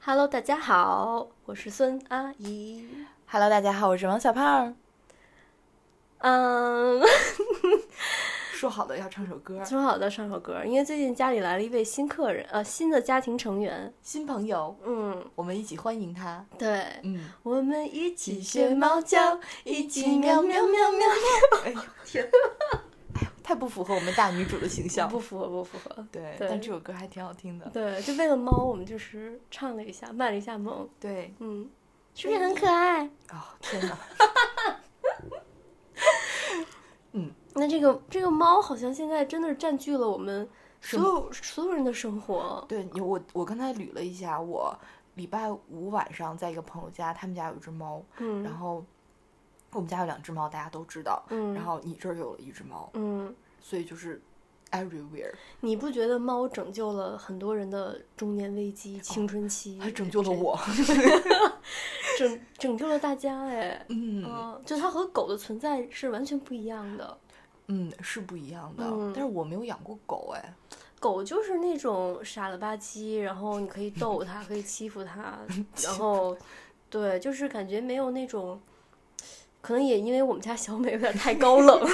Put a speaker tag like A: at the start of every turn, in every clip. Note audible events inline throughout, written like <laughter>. A: Hello，大家好，我是孙阿姨。
B: Hello，大家好，我是王小胖。
A: 嗯，
B: 说好的要唱首歌，
A: 说好的唱首歌，因为最近家里来了一位新客人，呃，新的家庭成员。
B: 新朋友，
A: 嗯，
B: 我们一起欢迎他。
A: 对，
B: 嗯，
A: 我们一起
B: 起
A: 学
B: 学
A: 猫
B: 猫
A: 叫
B: 叫，
A: 一
B: 一
A: 起
B: 起
A: 喵喵
B: 喵喵
A: 喵喵
B: 哎呦天，哎呦， <laughs> 太不符合我们大女主的形象。
A: 不符合，不符合。
B: 对，
A: 对
B: 但这首歌还挺好听 <laughs> 的。
A: 对，就为了猫，我们就是唱了一下，卖了一下萌。
B: 对，
A: 嗯，是不是很可爱？
B: 哦天 <laughs> 哪，
A: 那这个这个猫好像现在真的是占据了我们所
B: 生
A: 有所有人的生活。
B: 对你我我刚才捋了一下，我礼拜五晚上在一个朋友家，他们家有一只猫，
A: 嗯，
B: 然后我们家有两只猫，大家都知道。
A: 嗯，
B: 然后你这儿有了一只猫，
A: 嗯。
B: 所以就是 everywhere，
A: 你不觉得猫拯救了很多人的中年危机、青春期，
B: 还拯救了我。
A: 拯，拯拯救了大家哎。
B: 嗯
A: 嗯，就它和狗的存在是完全不一样的。
B: 嗯，是不一样的。
A: 嗯
B: 但是我没有养过狗，哎，
A: 狗就是那种傻了吧唧，然后你可以逗它，可以欺负它，然后，对，就是感觉没有那种，可能也因为我们家小美有点太高冷了，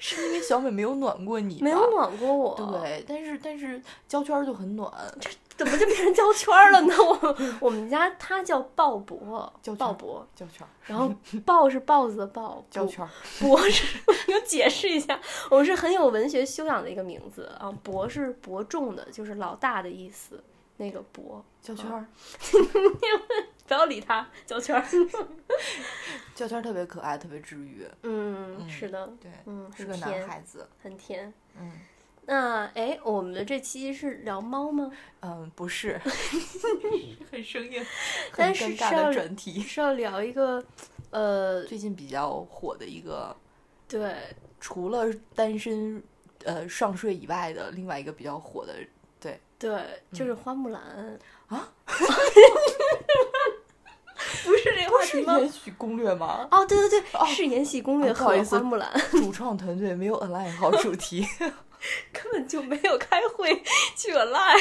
B: 是因为小美没有暖过你吧，
A: 没有暖过我。，
B: 对，但是但是胶圈儿就很暖，
A: 怎么就变成胶圈了呢？我我们家它叫鲍勃
B: 胶，圈
A: 鲍勃，
B: 胶圈儿，
A: 然后豹是豹子的豹，
B: 胶
A: 不
B: 圈儿，
A: 博士，我给我解释一下，我是很有文学修养的一个名字啊。博是伯仲的，就是老大的意思，那个伯。
B: 胶圈儿，
A: 不要理他，胶圈儿。
B: 胶圈儿特别可爱，特别治愈。
A: 嗯，
B: 嗯
A: 是的，
B: 对，
A: 嗯，
B: 是
A: 很
B: 个男
A: 甜，
B: 孩子。
A: 很甜。
B: 嗯
A: 那哎，我们的这期是聊猫吗？
B: 嗯，不 <laughs> 是，很生硬，很
A: 但是
B: 尴
A: 是
B: 尬
A: 要
B: 的转题。
A: 是要聊一个，呃，
B: 最近比较火的一个，
A: 对，
B: 除了单身呃上睡以外的另外一个比较火的，
A: 对，就是花木兰
B: 啊，
A: <laughs> 不是这
B: 不
A: 话
B: 是
A: 题吗？
B: 延禧攻略 <laughs> 吗？
A: 哦，对对对，是《延禧攻略》
B: 啊不
A: 和
B: 好意
A: 《
B: 思
A: 花木兰》，
B: 主创团队没有 align 好主题，
A: <laughs> 根本就没有开会去 align。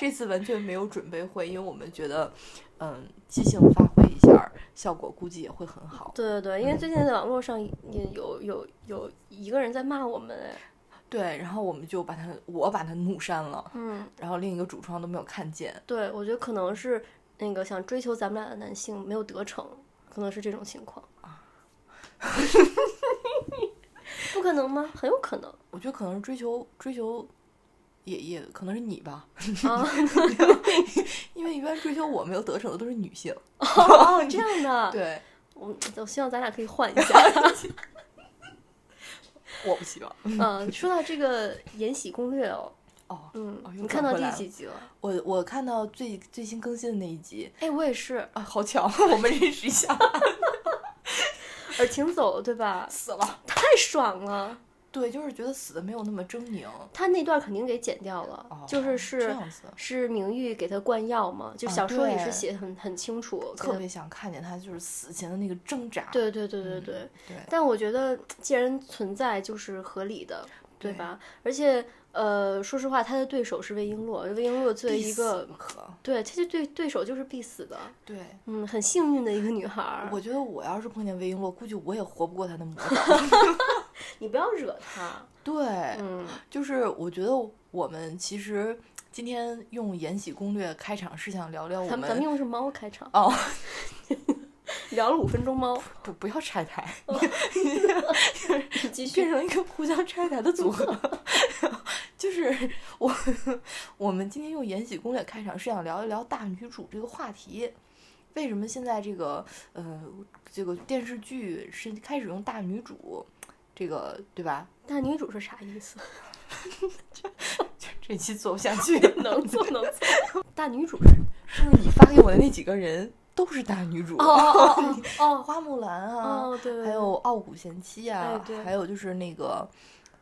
B: 这次完全没有准备会，因为我们觉得，嗯，即兴发挥一下儿，效果估计也会很好。
A: 对对对，因为最近在网络上也有有有一个人在骂我们，哎
B: 对，然后我们就把它，我把它怒删了，
A: 嗯，
B: 然后另一个主创都没有看见。
A: 对，我觉得可能是那个想追求咱们俩的男性没有得逞，可能是这种情况啊。 <laughs> 不可能吗？很有可 <laughs> 能
B: 我觉得可能是追求追求，也也可能是你吧，
A: 啊！
B: 因为一般追求我没有得逞的都是女性。
A: 哦，这样的，
B: 对，
A: 我我希望咱俩可以换一
B: <laughs>
A: 下。
B: 我不希望。
A: 嗯，说到这个《延禧攻略》哦，
B: 哦，
A: 嗯，
B: 哦又
A: 你看到
B: 转回
A: 第
B: 来了
A: 几集了？
B: 我我看到最最新更新的那一集
A: 哎，我也是，
B: 啊，好巧， <laughs> 我们认识一下，
A: 尔晴走了对吧？
B: 死
A: <laughs>
B: 了。
A: 太爽了，
B: 对，就是觉得死的没有那么狰狞。
A: 他那段肯定给剪掉了，
B: 哦，
A: 就是
B: 这
A: 是
B: 样子。
A: 是明玉给他灌药嘛，就
B: 啊
A: 小说里
B: 对
A: 是写得很、很清楚，给
B: 特
A: 他
B: 别嗯想看见他就是死前的那个挣扎。
A: 对对对对对。
B: 对
A: 但我觉得既然存在就是合理的，对
B: 对
A: 吧？而且呃，说实话，他的对手是魏璎珞，魏璎珞作为
B: 必
A: 一
B: 死
A: 个
B: 不可。
A: 对，他就对对手就是必死的，
B: 对，
A: 嗯，很幸运的一个女孩儿。
B: 我觉得我要是碰见魏璎珞，估计我也活不过她的魔掌。 <laughs>
A: 你不要惹她，
B: 对，
A: 嗯，
B: 就是我觉得我们其实今天用《延禧攻略》开场是想聊聊我
A: 咱们咱们
B: 们
A: 用的是猫开场
B: 哦，
A: 聊了五分钟猫，
B: 不不要拆台，
A: <laughs> 你继
B: 变
A: 续，
B: 成一个互相拆台的组合。 <laughs> 就是我我们今天用《延禧攻略》开场是想聊一聊大女主这个话题。为什么现在这个呃这个电视剧是开始用大女主这个对吧？
A: 大女主是啥意思？，
B: 这期做不下去
A: <laughs>
B: <laughs>
A: 能做能做， <laughs> 大女主
B: 是不是你发给我的那几个人都是大女主？
A: 哦哦 <laughs> 哦
B: 花木兰
A: 哦
B: 啊，
A: 哦，对对，对
B: 还有傲骨贤妻
A: 哎
B: 啊，
A: 对
B: 还有就是那个，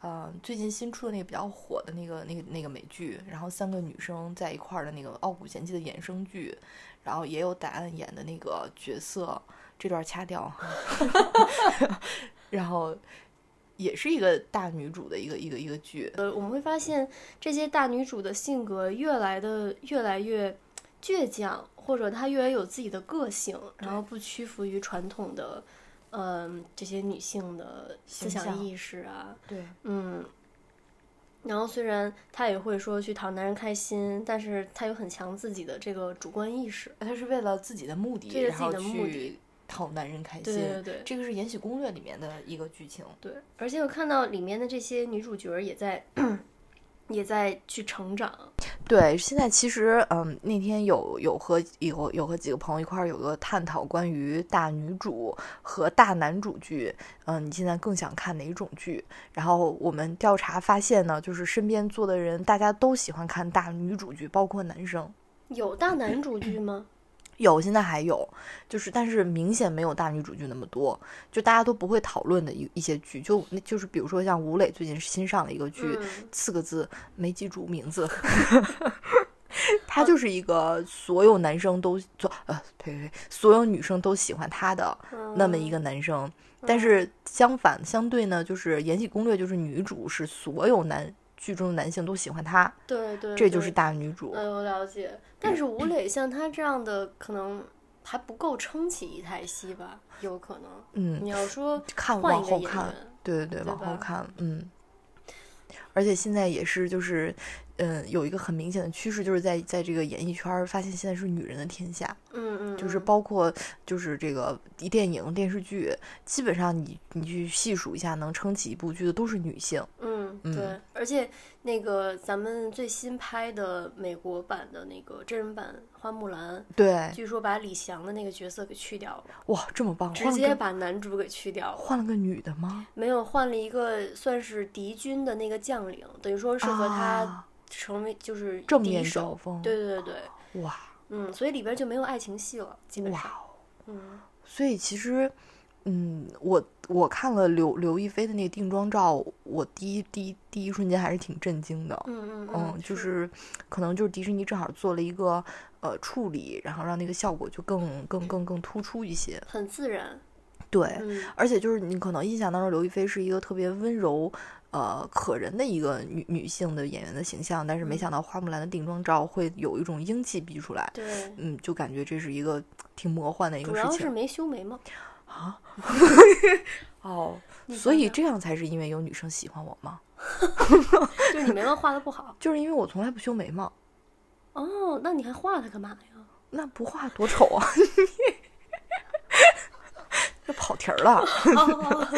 B: 呃，最近新出的那个比较火的那个那个那个美剧，然后三个女生在一块儿的那个《傲骨贤妻》的衍生剧，然后也有答案演的那个角色，这段
A: <laughs>
B: 掐掉， <laughs> 然后也是一个大女主的一个一个一个剧，
A: 呃，我们会发现这些大女主的性格越来的越来越倔强，或者她越来越有自己的个性，然后不屈服于传统的，嗯、这些女性的思
B: 形
A: 想
B: 象
A: 意识啊，
B: 对，
A: 嗯。然后虽然她也会说去讨男人开心，但是她有很强自己的这个主观意识。
B: 呃她是为了自己的目的，
A: 对着
B: 然后
A: 自己的目的
B: 去讨男人开心。
A: 对对对
B: 这个是《延禧攻略》里面的一个剧情。
A: 对，而且我看到里面的这些女主角儿也在 <clears throat> 也在去成长。
B: 对，现在其实，嗯，那天有有和有有和几个朋友一块儿有个探讨关于大女主和大男主剧，嗯，你现在更想看哪种剧？然后我们调查发现呢，就是身边坐的人大家都喜欢看大女主剧，包括男生。
A: 有大男主剧吗？
B: 有，现在还有，就是但是明显没有大女主剧那么多，就大家都不会讨论的一一些剧，就那就是比如说像吴磊最近新上了一个剧，
A: 嗯，
B: 四个字，没记住
A: <laughs>
B: 名字。他就是一个所有男生都做呃呸呸呸，所有女生都喜欢他的
A: 嗯
B: 那么一个男
A: 哦
B: 生。但是相反相对呢，就是《延禧攻略》就是女主是所有男剧中的男性都喜欢她，
A: 对对，
B: 这就是
A: 嗯对。
B: 大女主。
A: 嗯，我了解。但是吴磊像他这样的，可能还不够撑起一台戏吧，有可能。
B: 嗯，
A: 你要说
B: 看
A: 换
B: 往
A: 一个
B: 后
A: 演
B: 看，
A: 员，
B: 对对对，
A: 对
B: 往后
A: 吧
B: 看，嗯。而且现在也是，就是，嗯，有一个很明显的趋势，就是在在这个演艺圈儿发现现在是女人的天下。
A: 嗯嗯，
B: 就是
A: 嗯
B: 包括就是这个电影、电视剧，基本上你你去细数一下，能撑起一部剧的都是女性。
A: 嗯
B: 嗯
A: 对，而且那个咱们最新拍的美国版的那个真人版《花木兰
B: 对》，，
A: 据说把李翔的那个角色给去掉了，
B: 哇，这么棒，
A: 直
B: 换了
A: 接
B: 个
A: 把男主给去掉了。
B: 换了个女的吗？
A: 没有换了一个算是敌军的那个将领，等于说是和他
B: 啊、
A: 成为就是
B: 正
A: 敌
B: 面
A: 手
B: 交锋，
A: 对对对，
B: 哇
A: 嗯，所以里边就没有爱情戏了，基本
B: 哇
A: 上，
B: 哦！
A: 嗯
B: 所以其实，嗯，我我看了刘刘亦菲的那个定妆照，我第一第一第一瞬间还是挺震惊的。
A: 嗯嗯
B: 嗯，就是，可能就是迪士尼正好做了一个呃处理，然后让那个效果就更更更更突出一些。
A: 很自然，
B: 对，
A: 嗯
B: 而且就是你可能印象当中，刘亦菲是一个特别温柔、呃可人的一个女女性的演员的形象，但是没
A: 嗯
B: 想到花木兰的定妆照会有一种英气逼出来，
A: 对，
B: 嗯，就感觉这是一个挺魔幻的一
A: 主
B: 个事
A: 要是
B: 情
A: 没修眉毛，
B: 啊。哦，
A: 你
B: 所
A: 想
B: 以
A: 想
B: 这样才是因为有女生喜欢我吗？
A: 就是你眉毛画的不好
B: 就是因为我从来不修眉毛，
A: 哦，那你还画它干嘛呀？
B: 那不画多丑啊！ <laughs> 这跑题儿
A: <laughs>
B: 了，
A: 哦，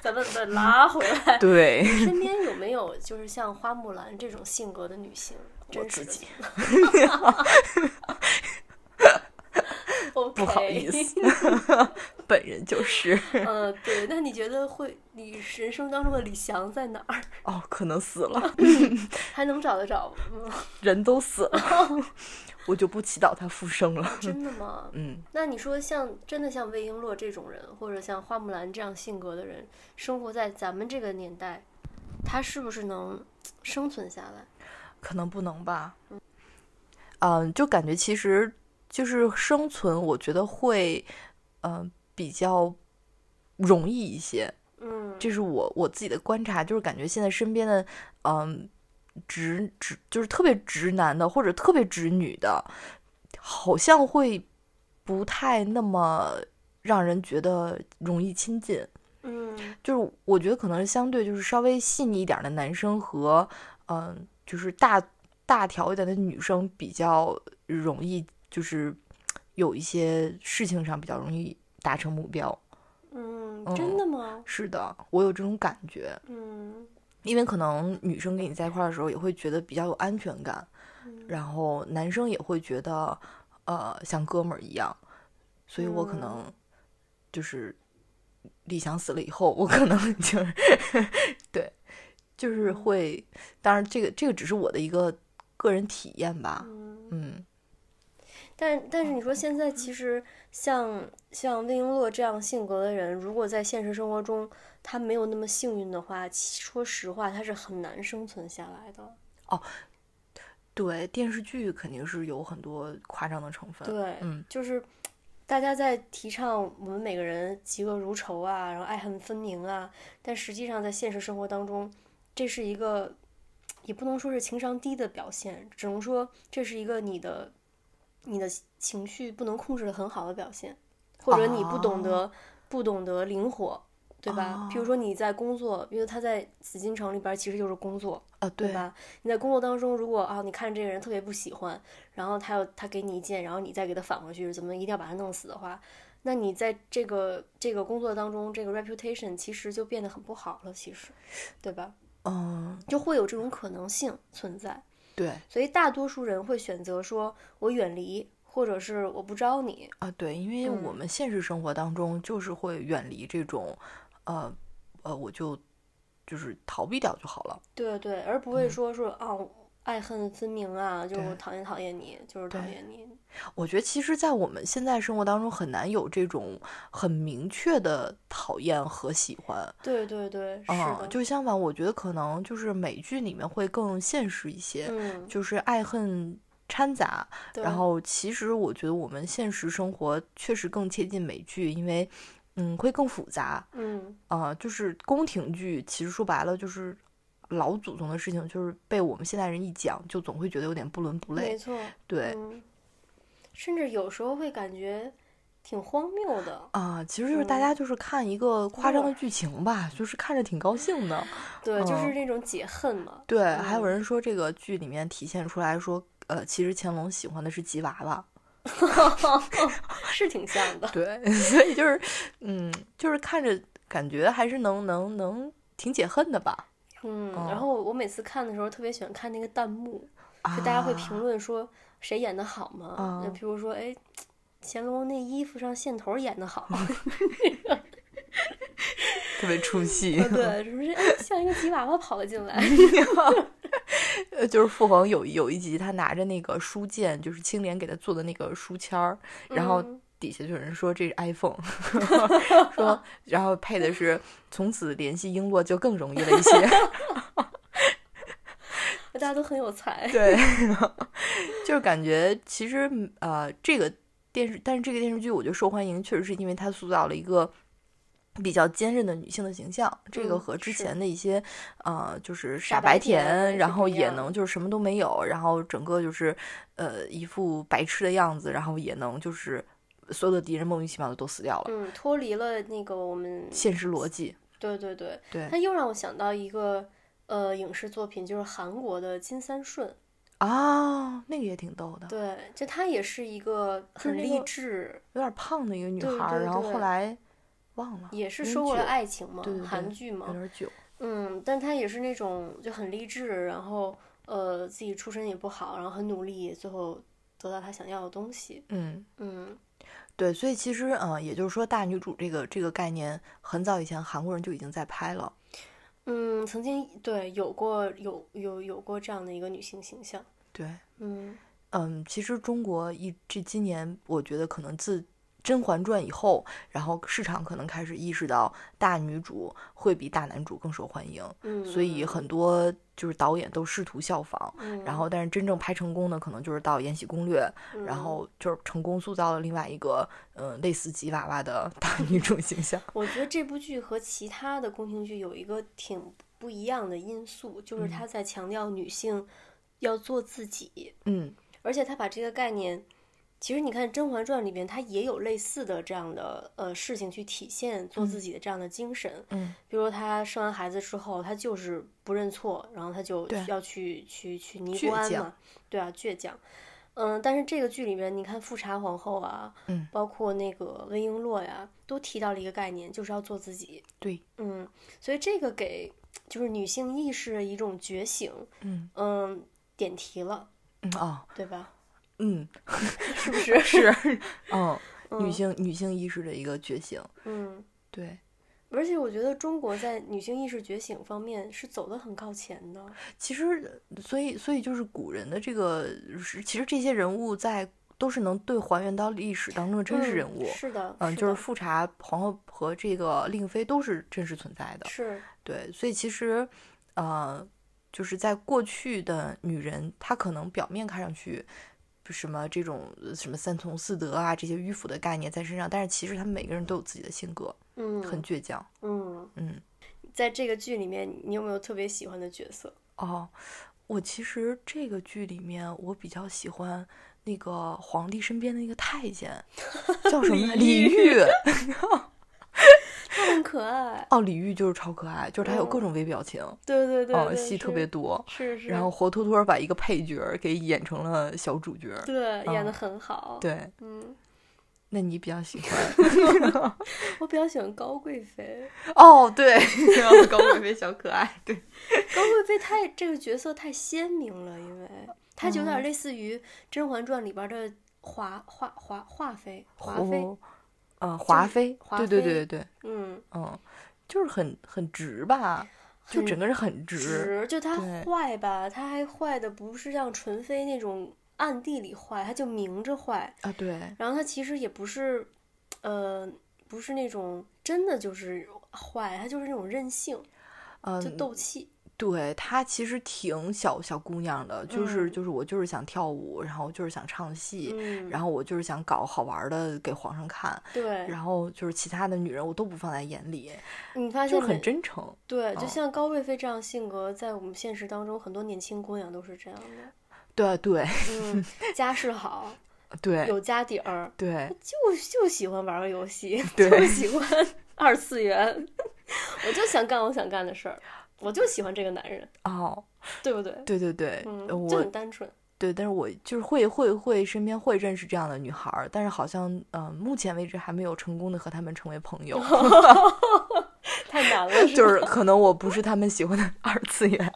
A: 咱们再拉回来，
B: 对
A: 身边有没有就是像花木兰这种性格的女性？
B: 我
A: 真
B: 自
A: 实的
B: 己，
A: ，OK
B: <laughs> 不好意思，本人就是。
A: 嗯，对，那你觉得会，你人生当中的李翔在哪儿？ <laughs>
B: 哦，可能死了，
A: 还能找得着
B: <laughs>
A: 吗？
B: 人都死了，我就不祈祷他复生了。
A: 真的吗？
B: 嗯，
A: 那你说像真的像魏璎珞这种人，或者像花木兰这样性格的人，生活在咱们这个年代，他是不是能生存下来？
B: 可能不能吧。嗯，就感觉其实就是生存，我觉得会，嗯、比较容易一些。
A: 嗯，
B: 这是我我自己的观察，就是感觉现在身边的，嗯，直直就是特别直男的或者特别直女的，好像会不太那么让人觉得容易亲近。
A: 嗯
B: 就是我觉得可能相对就是稍微细腻一点儿的男生和嗯、就是大大条一点的女生比较容易，就是有一些事情上比较容易达成目标。
A: 嗯，
B: 嗯
A: 真的吗？
B: 是的，我有这种感觉，
A: 嗯
B: 因为可能女生跟你在一块儿的时候也会觉得比较有安全感，
A: 嗯
B: 然后男生也会觉得呃像哥们儿一样，所以我可
A: 嗯
B: 能就是李想死了以后，我可能就是 <laughs> 对，就是
A: 嗯
B: 会，当然这个这个只是我的一个个人体验吧，
A: 嗯，
B: 嗯，
A: 但但是你说现在其实像像魏璎珞这样性格的人，如果在现实生活中他没有那么幸运的话，其说实话他是很难生存下来的。
B: 对，电视剧肯定是有很多夸张的成分，
A: 对，
B: 嗯，
A: 就是大家在提倡我们每个人嫉恶如仇啊，然后爱恨分明啊，但实际上在现实生活当中，这是一个也不能说是情商低的表现，只能说这是一个你的你的情绪不能控制的很好的表现，或者你不懂得、
B: 哦
A: 不懂得灵活，对吧？比如说你在工作，因为他在紫禁城里边其实就是工作，
B: 啊，
A: 对
B: 对吧？
A: 吧？你在工作当中，如果啊，你看这个人特别不喜欢，然后他要他给你一剑，然后你再给他返回去，怎么一定要把他弄死的话，那你在这个这个工作当中，这个 reputation 其实就变得很不好了，其实，对吧？
B: 嗯，
A: 就会有这种可能性存在，
B: 对
A: 所以大多数人会选择说我远离，或者是我不招你，
B: 啊，对，因为我
A: 嗯
B: 们现实生活当中就是会远离这种，呃呃，我就就是逃避掉就好了。
A: 对对，而不会说说啊。爱恨分明啊，就是
B: 对
A: 我讨厌讨厌你，就是讨
B: 对
A: 厌你。
B: 我觉得其实，在我们现在生活当中很难有这种很明确的讨厌和喜欢。
A: 对对对，是的，
B: 嗯，就相反，我觉得可能就是美剧里面会更现实一些，
A: 嗯，
B: 就是爱恨掺杂。
A: 对
B: 然后，其实我觉得我们现实生活确实更贴近美剧，因为嗯会更复杂。
A: 嗯，
B: 啊、就是宫廷剧，其实说白了就是老祖宗的事情，就是被我们现代人一讲，就总会觉得有点不伦不
A: 没
B: 类。
A: 错，
B: 对，
A: 嗯，甚至有时候会感觉挺荒谬
B: <laughs>
A: 的。
B: 啊、其实就是大家就是看一个夸张的
A: 嗯对
B: 剧情吧，就是看着挺高兴的。
A: 对，就
B: 嗯
A: 是那种解恨
B: <laughs>
A: 嘛。
B: 对，还有
A: 嗯
B: 人说这个剧里面体现出来说，呃，其实乾隆喜欢的是吉娃娃。
A: 是挺像的。
B: 对， <laughs> 所以就是，嗯，就是看着感觉还是能能能挺解恨的吧。
A: 嗯，
B: 哦
A: 然后我每次看的时候特别喜欢看那个弹幕，就大家会评
B: 啊
A: 论说谁演的好嘛。那
B: 哦
A: 比如说，哎，乾隆那衣服上线头演的
B: <laughs>
A: 好，
B: 特别出戏，
A: <laughs> 对，是不是？哎，像一个吉娃娃跑了进来。
B: 呃就是傅恒有有一集他拿着那个书剑，就是青莲给他做的那个书签儿， <laughs> 然后
A: 嗯
B: 底下就有人说这是 iPhone，说然后配的是从此联系璎珞就更容易了一些。
A: 大家都很有 <laughs>
B: <laughs>
A: 才。
B: 对，就是感觉其实嗯呃，这个电视，但是这个电视剧我觉得受欢迎，确实是因为它塑造了一个比较坚韧的女性的形象。这个
A: 嗯
B: 和之
A: 是
B: 前的一些呃，就是
A: 傻
B: 傻
A: 白
B: 白甜，
A: 甜是
B: 然
A: 不
B: 后
A: 一
B: 也
A: 样
B: 能就是什么都没有，然后整个就是呃一副白痴的样子，然后也能就是所有的敌人莫名其妙的都死掉了，
A: 嗯，脱离了那个我
B: <laughs>
A: 们，
B: 现实逻辑。
A: 对对对，
B: 对
A: 它又让我想到一个呃影视作品，就是韩国的金三顺。
B: 啊，那个也挺逗的，
A: 对，就她也是一个
B: 是
A: 很
B: 那
A: 励
B: 个
A: 志，
B: 有点胖的一个女
A: 对
B: 孩儿，
A: 对
B: 然后后
A: 对
B: 来忘了，
A: 也是
B: 英
A: 收获了
B: 剧
A: 爱情嘛，
B: 对对对
A: 韩剧
B: 有
A: 嘛，
B: 点久。
A: 嗯，但她也是那种就很励志，然后呃自己出身也不好，然后很努力，最后得到她想要的东西。
B: 嗯，
A: 嗯，
B: 对，所以其实，嗯、也就是说，大女主这个这个概念，很早以前韩国人就已经在拍了。
A: 嗯，曾经对有过有有有过这样的一个女性形象，
B: 对，
A: 嗯
B: 嗯，其实中国一这今年，我觉得可能自《甄嬛传》以后，然后市场可能开始意识到大女主会比大男主更受欢迎，
A: 嗯，
B: 所以很多就是导演都试图效仿。
A: 嗯，
B: 然后，但是真正拍成功的，可能就是到《延禧攻略》，
A: 嗯
B: 然后就是成功塑造了另外一个，嗯、类似吉娃娃的大女主形象。
A: 我觉得这部剧和其他的宫廷剧有一个挺不一样的因素，就是
B: 嗯
A: 它在强调女性要做自己。
B: 嗯，
A: 而且他把这个概念，其实你看《甄嬛传》里边，它也有类似的这样的呃事情去体现做自己的这样的精神。
B: 嗯，
A: 比如她生完孩子之后，她就是不认错，然后她就
B: 对
A: 要去去去尼
B: 倔
A: 姑庵
B: 强
A: 嘛，对啊，倔强。嗯，但是这个剧里面，你看富察皇后啊，
B: 嗯
A: 包括那个温璎珞呀，都提到了一个概念，就是要做自己。
B: 对，
A: 嗯，所以这个给就是女性意识的一种觉醒，
B: 嗯
A: 嗯，点题了，
B: 嗯啊、
A: 对吧？
B: 嗯，
A: <laughs> 是不是？
B: 是，
A: <laughs>
B: 嗯，
A: 嗯
B: 女性女性意识的一个觉醒，
A: 嗯，
B: 对。
A: 而且我觉得中国在女性意识觉醒方面是走得很靠前的。
B: 其实，所以所以就是古人的这个是，其实这些人物在都是能对还原到历史当中的真实
A: 嗯
B: 人物。
A: 是的，
B: 嗯，就是
A: 的
B: 富察皇后和这个令妃都是真实存在的，
A: 是，
B: 对，所以其实，呃，就是在过去的女人，她可能表面看上去就什么这种呃什么三从四德啊这些迂腐的概念在身上，但是其实她们每个人都有自己的性格，
A: 嗯，
B: 很倔强。
A: 嗯
B: 嗯，
A: 在这个剧里面，你有没有特别喜欢的角色？
B: 哦，我其实这个剧里面，我比较喜欢那个皇帝身边的那个太监，叫什么来？
A: 李
B: 李
A: 煜
B: 煜。
A: 他很可爱。
B: 哦，李煜就是超可爱，就是他有各种微表情，
A: 对对嗯对
B: 哦，
A: 对
B: 戏特
A: 是
B: 别多，
A: 是是，
B: 然后活脱脱把一个配角儿给演成了小主角儿。
A: 对演
B: 嗯
A: 的很好。，
B: 对，
A: 嗯，
B: 那你比较喜
A: <laughs>
B: 欢？
A: 我比较喜欢高贵妃，
B: 哦，对，然后高贵妃小可爱， <laughs> 对，
A: 高贵妃太这个角色太鲜明了，因为她就有
B: 嗯
A: 点类似于《甄嬛传》里边的华华华华妃，华妃，
B: 我，呃，华妃，
A: 华
B: 对对
A: 妃
B: 对对对，
A: 嗯，
B: 嗯，就是很很直吧，就
A: 很
B: 整个人很直，
A: 直，就她
B: 对
A: 坏吧，她还坏的不是像纯妃那种暗地里坏，她就明着坏，
B: 啊，对，
A: 然后她其实也不是，呃，不是那种真的就是坏，她就是那种任性，就
B: 嗯，
A: 斗气，
B: 对她其实挺小小姑娘的，就是
A: 嗯
B: 就是我就是想跳舞，然后就是想唱戏，
A: 嗯，
B: 然后我就是想搞好玩儿的给皇上看，
A: 对，
B: 然后就是其他的女人我都不放在眼里，
A: 你发
B: 就
A: 现
B: 是很
A: 没？
B: 真诚。
A: 对，
B: 哦
A: 就像高贵妃这样性格，在我们现实当中，很多年轻姑娘都是这样
B: <laughs>
A: 的。
B: 对对
A: 嗯，家世好，
B: <laughs> 对
A: 有家底儿，
B: 对
A: 就就喜欢玩个游戏， <laughs>
B: 对
A: 就喜欢二次元， <laughs> 我就想干我想干的事儿，我就喜欢这个男人，
B: 哦，
A: 对不对？
B: 对对对，
A: 嗯，
B: 呃
A: 就
B: 我
A: 很单纯。
B: 对，但是我就是会会会身边会认识这样的女孩儿，但是好像嗯、呃目前为止还没有成功的和她们成为朋
A: <laughs>
B: 友，
A: 太难了，
B: 就
A: 吧
B: 是可能我不是她们喜欢的二次元，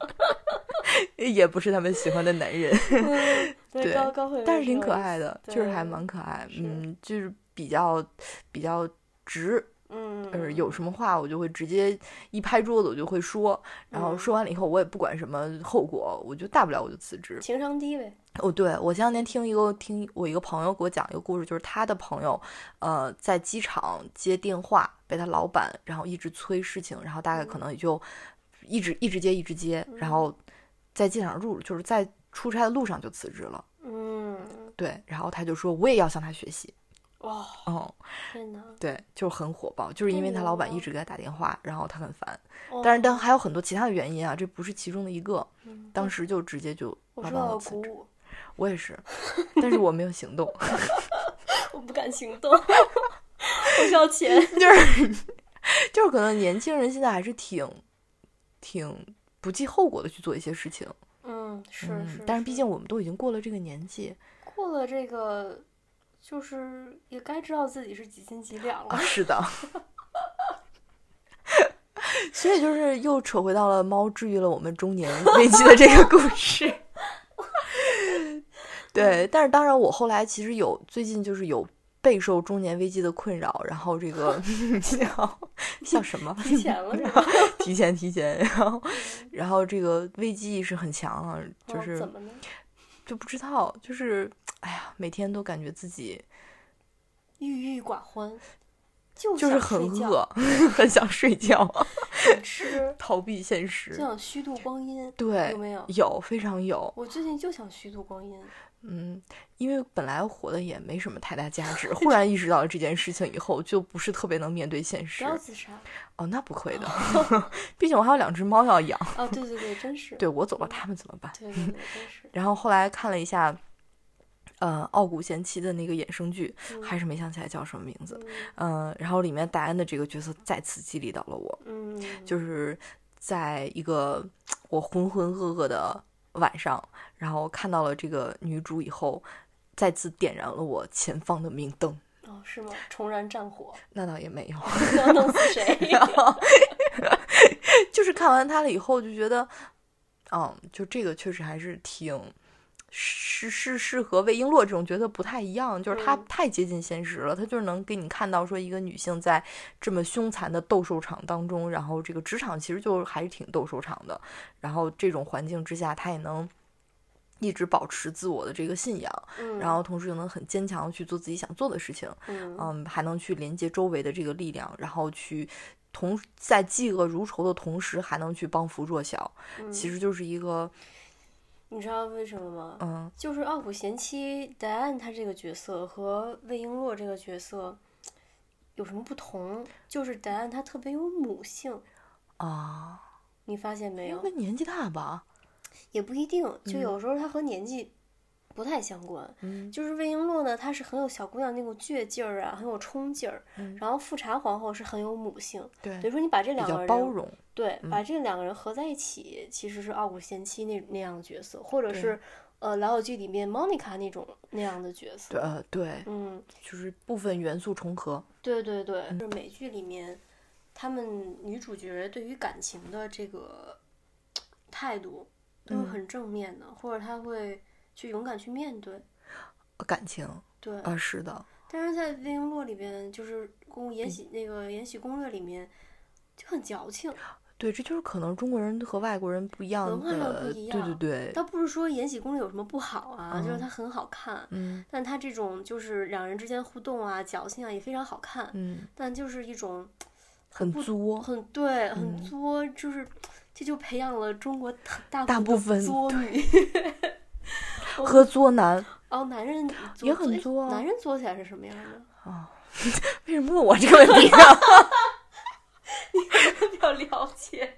B: <laughs> 也不是她们喜欢的男人，
A: 嗯对
B: 对
A: 高高慧，
B: 但是挺可，爱的，就是还
A: 对
B: 蛮可爱，
A: 是
B: 嗯，就是比较比较直，
A: 嗯，
B: 呃，有什么话我就会直接一拍桌子，我就会说，然后
A: 嗯
B: 说完了以后我也不管什么后果，我就大不了我就辞职。
A: 情商低呗，
B: 哦，对，我前两天听一个听我一个朋友给我讲一个故事，就是他的朋友，呃，在机场接电话被他老板，然后一直催事情，然后大概可
A: 嗯
B: 能也就一直一直接一直接，然后在机场路就是在出差的路上就辞职了。
A: 嗯，
B: 对，然后他就说我也要向他学习。
A: 哇，
B: 嗯，
A: 天哪，
B: 对，就是很火爆，就是因为他老板一
A: 哦
B: 直给他打电话，然后他很烦。
A: 哦
B: 但是但还有很多其他的原因啊，这不是其中的一个。
A: 嗯
B: 当时就直接就
A: 我
B: 老
A: 受
B: 板
A: 到
B: 我
A: 了
B: 辞
A: 鼓
B: 职，
A: 舞，
B: 我
A: <laughs>
B: 也是，但是我没有行动。
A: 我不敢行动， <laughs> 我需要钱。
B: 就是就是可能年轻人现在还是挺挺不计后果的去做一些事情，
A: 嗯，是
B: 嗯
A: 是，
B: 但是毕竟我们都已经过了这个年
A: <laughs>
B: 纪
A: 过了这个，就是也该知道自己是几斤几两
B: 啊，
A: 了。
B: 是的。所以就是又扯回到了猫治愈了我们中年
A: <laughs>
B: 危机的这个故事。对，但是当然，我后来其实有最近就是有备受中年危机的困扰，然后
A: <laughs>
B: 这个 <laughs> 叫叫什么？
A: 提前嗯了是吧？
B: 提前提前，然后然后这个危机意识很强啊，就
A: 哦
B: 是、
A: 怎么呢？
B: 就不知道，就是哎呀，每天都感觉自己
A: 郁郁寡欢，就
B: 就
A: 想
B: 是很
A: 睡觉，
B: 饿，很想睡觉，
A: 想
B: <laughs>
A: 吃，
B: 逃避现
A: 就
B: 实。
A: 想虚度光阴，
B: 对
A: 有，没有？
B: 有非常有，
A: 我最近就想虚度光阴，
B: 嗯，因为本来活的也没什么太大
A: <laughs>
B: 价值，忽然意识到了这件事情以后，就不是特别能面对现
A: 不
B: 实
A: 要。自
B: <laughs>
A: 杀。
B: 哦，那不会
A: <laughs>
B: 的，毕竟我还有两只猫要养，
A: 啊，对对对，真是。
B: 对我走了，他们怎么办？
A: 对对对，真
B: <laughs>
A: 是。
B: 然后后来看了一下，呃，《傲骨贤妻》的那个衍生剧，
A: 嗯
B: 还是没想起来叫什么名字。
A: 嗯
B: 嗯、然后里面戴安的这个角色再次激励到了我，
A: 嗯，
B: 就是在一个我浑浑噩噩的晚上，然后看到了这个女主以后，再次点燃了我前方的明灯。
A: 哦，是吗？重燃战
B: <laughs>
A: 火，
B: 那倒也没有，
A: 要弄死谁？
B: <laughs> 就是看完它了以后就觉得，嗯，就这个确实还是挺。是是是和魏璎珞这种角色不太一样，就是她
A: 嗯
B: 太接近现实了，她就是能给你看到说一个女性在这么凶残的斗兽场当中，然后这个职场其实就还是挺斗兽场的，然后这种环境之下，她也能一直保持自我的这个信仰，
A: 嗯
B: 然后同时又能很坚强的去做自己想做的事情，
A: 嗯
B: 嗯，还能去连接周围的这个力量，然后去同在嫉恶如仇的同时，还能去帮扶弱小，
A: 嗯，
B: 其实就是一个
A: 你知道为什么吗？
B: 嗯
A: 就是《傲骨贤妻》戴安她这个角色和魏璎珞这个角色有什么不同？就是戴安她特别有母性，
B: 啊，
A: 你发现没
B: 因嗯
A: 有
B: 为？年纪大吧，
A: 也不一定，就有时候她和年纪不太相关。
B: 嗯
A: 就是魏璎珞呢，她是很有小姑娘那股倔劲儿啊，很有冲劲儿。
B: 嗯
A: 然后富察皇后是很有母性，
B: 对
A: 等于说你把这
B: 比
A: 两个
B: 较
A: 人
B: 包容，嗯
A: 对，把这两个人合在一起，其实是傲骨贤妻那那样的角色，或者
B: 对
A: 是呃《老友记》里面 Monica 那种那样的角色。
B: 对呃对，
A: 嗯，
B: 就是部分元素重合，
A: 对对对，就是美剧里面，他们女主角对于感情的这个态度都是
B: 嗯
A: 很正面的，或者她会去勇敢去面对。
B: 呃感情
A: 对，
B: 啊是的，
A: 但是在《魏璎珞》里边，就是宫
B: 嗯
A: 延禧那个《延禧攻略》里面就很矫情。
B: 对，这就是可能中国人和外国人不一样的，
A: 文化上不一
B: 对对
A: 样
B: 对，
A: 倒不是说《延禧攻略》有什么不好啊，就是
B: 嗯
A: 它很好看，
B: 嗯
A: 但它这种就是两人之间互动啊、矫情啊也非常好看，
B: 嗯，
A: 但就是一种
B: 很
A: 不
B: 作，
A: 很对、很
B: 嗯
A: 作，就是这就培养了中国大大
B: 大部分
A: 作女，
B: 和作男
A: 哦，男人作
B: 也很作
A: 哎
B: 啊
A: 男人作起来是什么样的？
B: 啊。为什么问我这个问题啊？
A: <laughs>
B: <laughs>
A: 比较了解，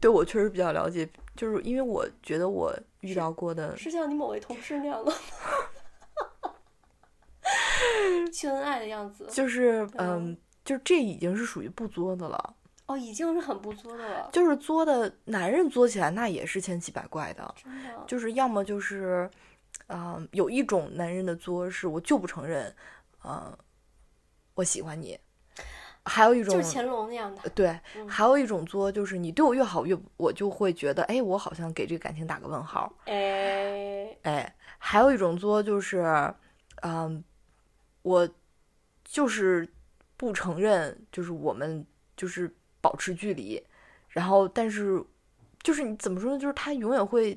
B: 对我确实比较了解，就是因为我觉得我遇到过
A: <laughs>
B: 的
A: 是像你某位同事那样的吗 <laughs> 秀恩爱的样子，
B: 就是
A: 嗯
B: 嗯，就这已经是属于不作的了，
A: 哦，已经是很不作的了，
B: 就是作的男人作起来那也是千奇百怪的，
A: 真的。
B: 就是要么就是，啊、有一种男人的作是我就不承认，呃，我喜欢你，还有一种
A: 就是乾隆那样的，
B: 对，
A: 嗯
B: 还有一种作就是你对我越好越我就会觉得，哎，我好像给这个感情打个问号，
A: 哎，
B: 哎，还有一种作就是，嗯、我就是不承认，就是我们就是保持距离，然后但是就是你怎么说呢，就是他永远会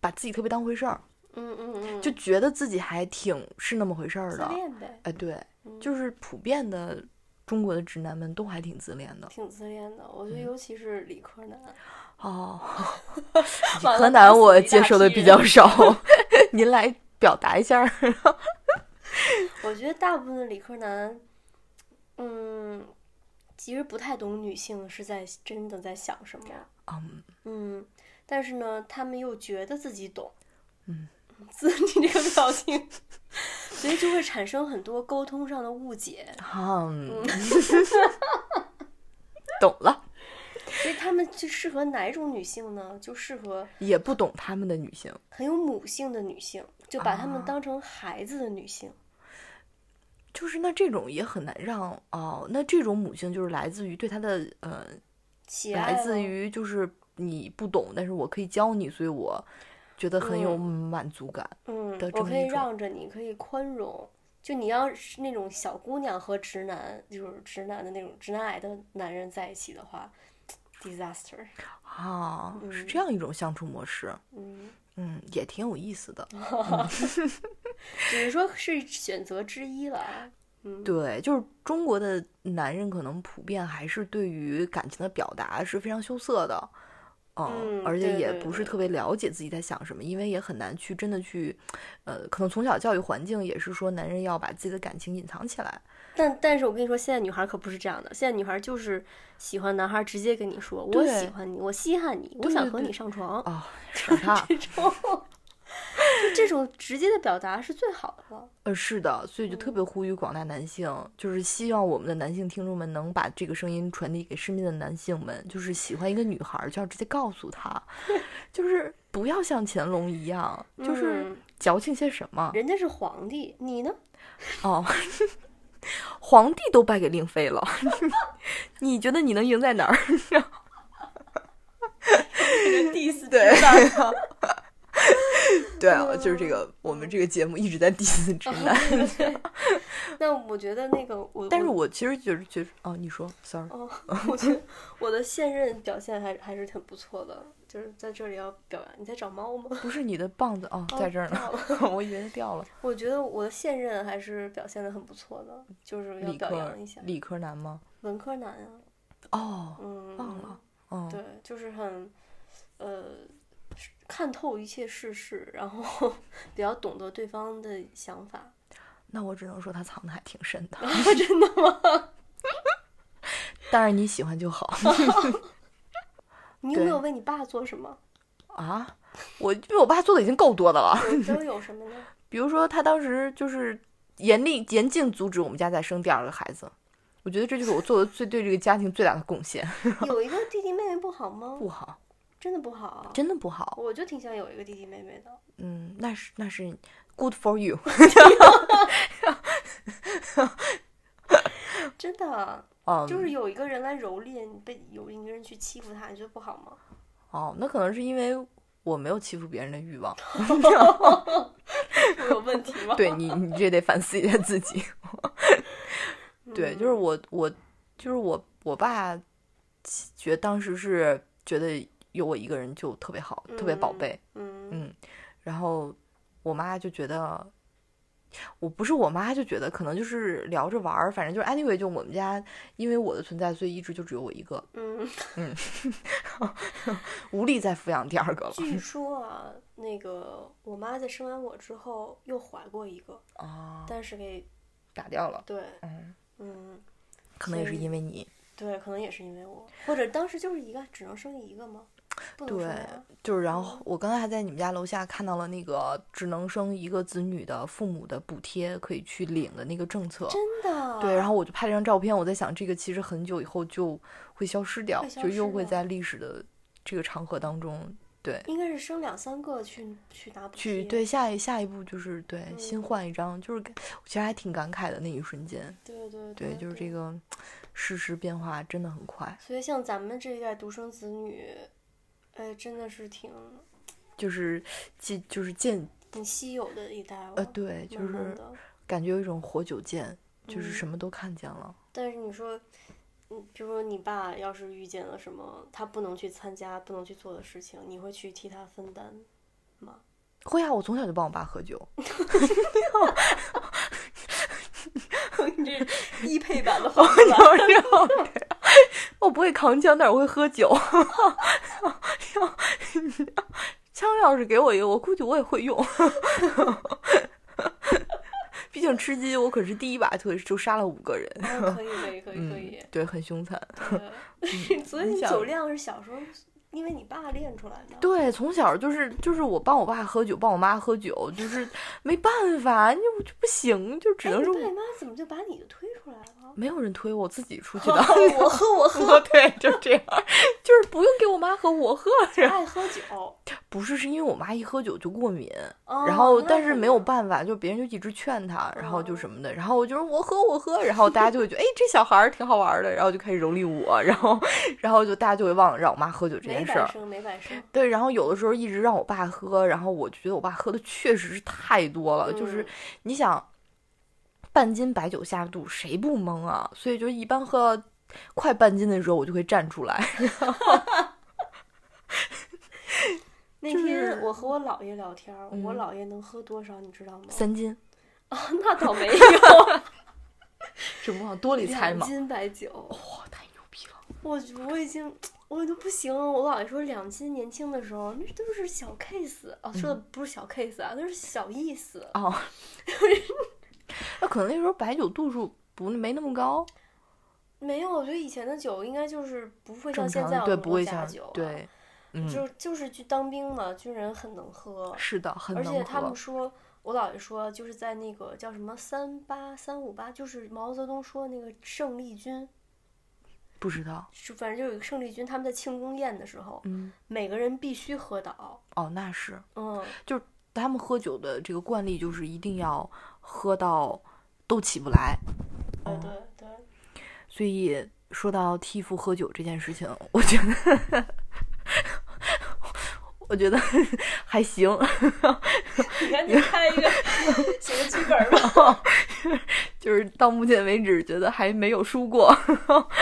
B: 把自己特别当回事儿，
A: 嗯嗯嗯，
B: 就觉得自己还挺是那么回事儿
A: 自
B: 的。
A: 恋呗，
B: 哎，对，
A: 嗯
B: 就是普遍的中国的直男们都还挺自恋的
A: 挺自恋的。我觉得
B: 嗯
A: 尤其是理科男，
B: 哦。
A: 完了
B: 河南我接受的比，较
A: 都死
B: 少， <laughs> 您来表达一下儿。
A: 一大批人我觉得大部分的理科男，嗯，其实不太懂女性是在真的在想什么，
B: 嗯，
A: 嗯，但是呢，他们又觉得自己懂，
B: 嗯，
A: 自 <laughs> 你这个表情，所以就会产生很多沟通上的误解，
B: 嗯， <laughs> 懂了，
A: 所以他们就适合哪种女性呢？就适合。
B: 也不懂他们的女性，
A: 很有母性的女性，就把她们
B: 啊
A: 当成孩子的女性。
B: 就是那这种也很难让哦。那这种母性就是来自于对他的呃，
A: 喜爱哦
B: 来自
A: 咯
B: 于就是你不懂，但是我可以教你，所以我觉得很有
A: 嗯
B: 满足感。
A: 嗯
B: 的，这
A: 我
B: 么
A: 可以
B: 一种
A: 让着你，可以宽容。就你要是那种小姑娘和直男，就是直男的那种直男癌的男人在一起的话，disaster。
B: 啊，是这样一种相处模式，
A: 嗯，
B: 嗯，也挺有意思的。
A: 只是说是选择之一了啊。嗯，
B: 对，就是中国的男人可能普遍还是对于感情的表达是非常羞涩的，嗯，
A: 嗯
B: 而且
A: 对
B: 也
A: 对
B: 不是
A: 对
B: 特别了解自己在想什么，因为也很难去真的去，呃，可能从小教育环境也是说男人要把自己的感情隐藏起来，
A: 但但是我跟你说，现在女孩可不是这样的。现在女孩就是喜欢男孩，直接跟你说我
B: 对
A: 喜欢你，我稀罕你，我
B: 对
A: 想
B: 对
A: 和
B: 对
A: 你上床。，
B: 啊，是他
A: <laughs> 这种，就这种直接的表达是最好的了。
B: 呃，是的，所以就特
A: 嗯
B: 别呼吁广大男性，就是希望我们的男性听众们能把这个声音传递给身边的男性们，就是喜欢一个女孩儿就要直接告诉她， <laughs> 就是不要像乾隆一样，就是。
A: 嗯
B: 矫情些什么？
A: 人家是皇帝，你呢？
B: 哦， <laughs> 皇帝都败给令妃了，你觉得你能赢在哪儿？
A: 第四
B: 对， <laughs> 对啊，就是这个，我们这个节目一直在 diss 直男，
A: 哦那我觉得那个我，
B: <laughs> 但是
A: 我
B: 我其实觉得觉得，哦，你说，sorry，
A: 哦，我觉得我的现任表现还还是挺不错的，就是在这里要表扬。你在找猫吗？
B: 不是你的棒子哦，
A: 哦
B: <laughs> 在这儿
A: 掉
B: 呢，我以为它掉了。
A: 我觉得我的现任还是表现的很不错的，就是要
B: 理
A: 表
B: 科
A: 扬一下
B: 理科男吗？
A: 文科男啊，
B: 哦，
A: 嗯，
B: 忘了，嗯，
A: 对，就是很，呃，是看透一切世事，然后 <laughs> 比较懂得对方的想法。 <laughs>
B: 那我只能说他藏的还挺深的，
A: 真的吗？
B: 但是你喜欢就好。 <laughs>
A: 你有没
B: 对
A: 有为你爸做什么？
B: 啊，我比我爸做的已经够多的了。
A: 都有什么呢？ <laughs>
B: 比如说，他当时就是严厉严禁阻止我们家再生第二个孩子，我觉得这就是我做的最对这个家庭最大的贡献。
A: 有一个弟弟妹妹不好吗？
B: 不好，
A: 真的不好、啊。
B: <laughs> 真的不好。
A: 我就挺想有一个弟弟妹妹的。
B: 嗯，那是那是 good for you。 <laughs>
A: 真的，
B: 嗯，
A: 就是有一个人来蹂躏你，被有一个人去欺负他，你觉得不好吗？
B: 哦，那可能是因为我没有欺负别人的欲望。
A: <laughs> 我有问题吗？
B: <laughs> 对你，你这得反思一下自
A: <laughs>
B: 己。对，就是
A: 嗯
B: 我，我就是我，我爸觉得当时是觉得有我一个人就特别好，特别宝
A: 嗯
B: 贝。
A: 嗯
B: 嗯，然后我妈就觉得，我不是我妈就觉得，可能就是聊着玩儿，反正就是 anyway，就我们家因为我的存在，所以一直就只有我一个，
A: 嗯。
B: 无力再抚养第二
A: <laughs>
B: 个了。
A: 据说啊，那个我妈在生完我之后又怀过一个，
B: 啊，
A: 但是给
B: 打掉了，
A: 对，
B: 嗯，
A: 嗯，
B: 可能也是
A: 所以
B: 因为你，
A: 对，可能也是因为我，或者当时就是一个只能生一个吗？不能生啊
B: 对
A: 呀
B: 就是然后我刚才还在你们家楼下看到了那个只能生一个子女的父母的补贴可以去领的那个政策。
A: 真的。
B: 对，然后我就拍了张照片，我在想，这个其实很久以后就会消失掉，
A: 会消
B: 就又
A: 失
B: 会
A: 的
B: 在历史的这个长河当中
A: 应该是生两三个去去拿补
B: 去
A: 贴
B: 对下一下一步就是对、新
A: 嗯
B: 换一张，就是感其实还挺感慨的那一瞬间。
A: 对嗯对
B: 对，就是这。个世事变化真的很快，
A: 所以像咱们这一代独生子女，哎，真的是挺
B: 就是见就是见
A: 挺稀有的一代了。
B: 呃对，就
A: 慢慢
B: 是
A: 的
B: 感觉有一种活久见，就是
A: 嗯
B: 什么都看见了。
A: 但是你说，嗯，比如说你爸要是遇见了什么他不能去参加、不能去做的事情，你会去替他分担 <laughs> 吗？
B: 会啊，我从小就帮我爸喝酒，
A: 你
B: <laughs>
A: 这低配版
B: 哦
A: 的黄
B: 然后然后我不会扛枪，但是我会喝酒。 <laughs> 枪要是给我一个，我估计我也会用。毕竟吃鸡，我可是第一把腿就杀了五个人，
A: 可以可以可以可
B: 嗯
A: 以，
B: 对，很凶残。
A: 对 <laughs> 所以
B: 嗯你
A: 你
B: 想
A: 酒量是小时候因为你爸练出来的。哎
B: 对，从小就是就是我帮我爸喝酒，帮我妈喝酒，就是没办法，你就就不行，就只
A: 哎，
B: 能
A: 你
B: 是
A: 爸
B: 我嗯
A: 你妈怎么就把你就推出来了？
B: 没有人推我自己出 <laughs> 去的。
A: 我喝我喝，
B: <laughs> 对，就是这样，就是不用给我妈喝，我喝。
A: 爱喝
B: <laughs>
A: 酒，
B: 不是，是因为我妈一喝酒就过敏，
A: 哦
B: 然后
A: 那
B: 但
A: 可
B: 是没
A: 能
B: 有办法，就别人就一直劝她，然后就
A: 哦
B: 什么的，然后我就是我喝我喝，然后大家就会觉得哎这小孩儿挺好玩的，然后就开始蹂躏我，然后然后就大家就会忘了让我妈喝酒这
A: 没
B: 件事
A: 百
B: 儿。
A: 胜没百胜，
B: 对，然后有的时候一直让我爸喝，然后我就觉得我爸喝的确实是太多了，呃就是
A: 嗯
B: 你想，半斤白酒下肚，谁不懵啊？所以就一般喝到快半斤的时候，我就会站出来。
A: 那
B: 就
A: 天
B: 是
A: 我和我姥爷聊天儿，我
B: 嗯
A: 姥爷能喝多少你知道吗？
B: 三斤，
A: 啊，那倒没有，
B: 只不过 <laughs> 多了一菜
A: 两
B: 嘛。
A: 斤白酒，
B: 哇，太牛逼了！
A: 我我已经我都不行了。我姥爷说两斤年轻的时候那都是小 case 啊，说的
B: 嗯
A: 不是小 case 啊，那是小意思。
B: 哦， <laughs> 那可能那时候白酒度数不没那么高，
A: 没有，我觉得以前的酒应该就是不会
B: 正
A: 像现
B: 常
A: 在
B: 的
A: 有
B: 对
A: 那
B: 不
A: 么
B: 会
A: 假
B: 像
A: 酒啊，
B: 对，嗯，
A: 就就是去当兵嘛，军人很能喝，
B: 是的，很
A: 而且
B: 能
A: 他
B: 喝
A: 们。说，我姥爷说，就是在那个叫什么三八三五八，就是毛泽东说那个胜利军，
B: 不知道，
A: 是反正就有一个胜利军，他们在庆功宴的时候，
B: 嗯，
A: 每个人必须喝倒。
B: 哦，那是
A: 嗯，
B: 他们喝酒的这个惯例就是一定要喝到都起不来，
A: 对
B: 哦
A: 对对， <laughs>
B: 所以说到替父喝酒这件事情，我觉得。 <laughs> 我觉得 <laughs> 还行，
A: 你赶紧开 <laughs> 一个写个剧本吧。
B: 就是到目前为止觉得还没有输过。 <laughs>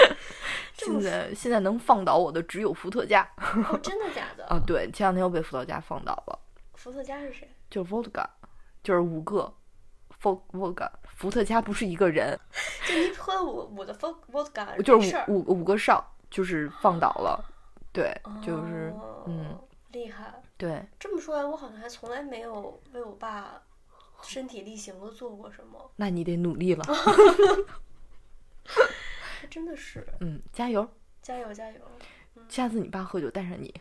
A: 这
B: 现
A: 么
B: 在现在能放倒我的只有伏特加
A: 哦，真的假的？
B: 啊！对，前两天又被伏特加放倒了。
A: 伏特加是谁？
B: 就是 vodka，就是五个 vo- vodka，伏特加不是一个人，
A: 就你喝我我的 vodka- vodka
B: 就
A: 没
B: 是
A: 呃事儿
B: 五五五个少，就是放倒了，对，就是
A: 哦
B: 嗯
A: 厉害。
B: 对，
A: 这么说来，我好像还从来没有为我爸身体力行的做过什么，
B: 那你得努力了，
A: 啊还真的是
B: 嗯，加油。 <laughs>
A: 加油加油。
B: 下次你爸喝酒带上你。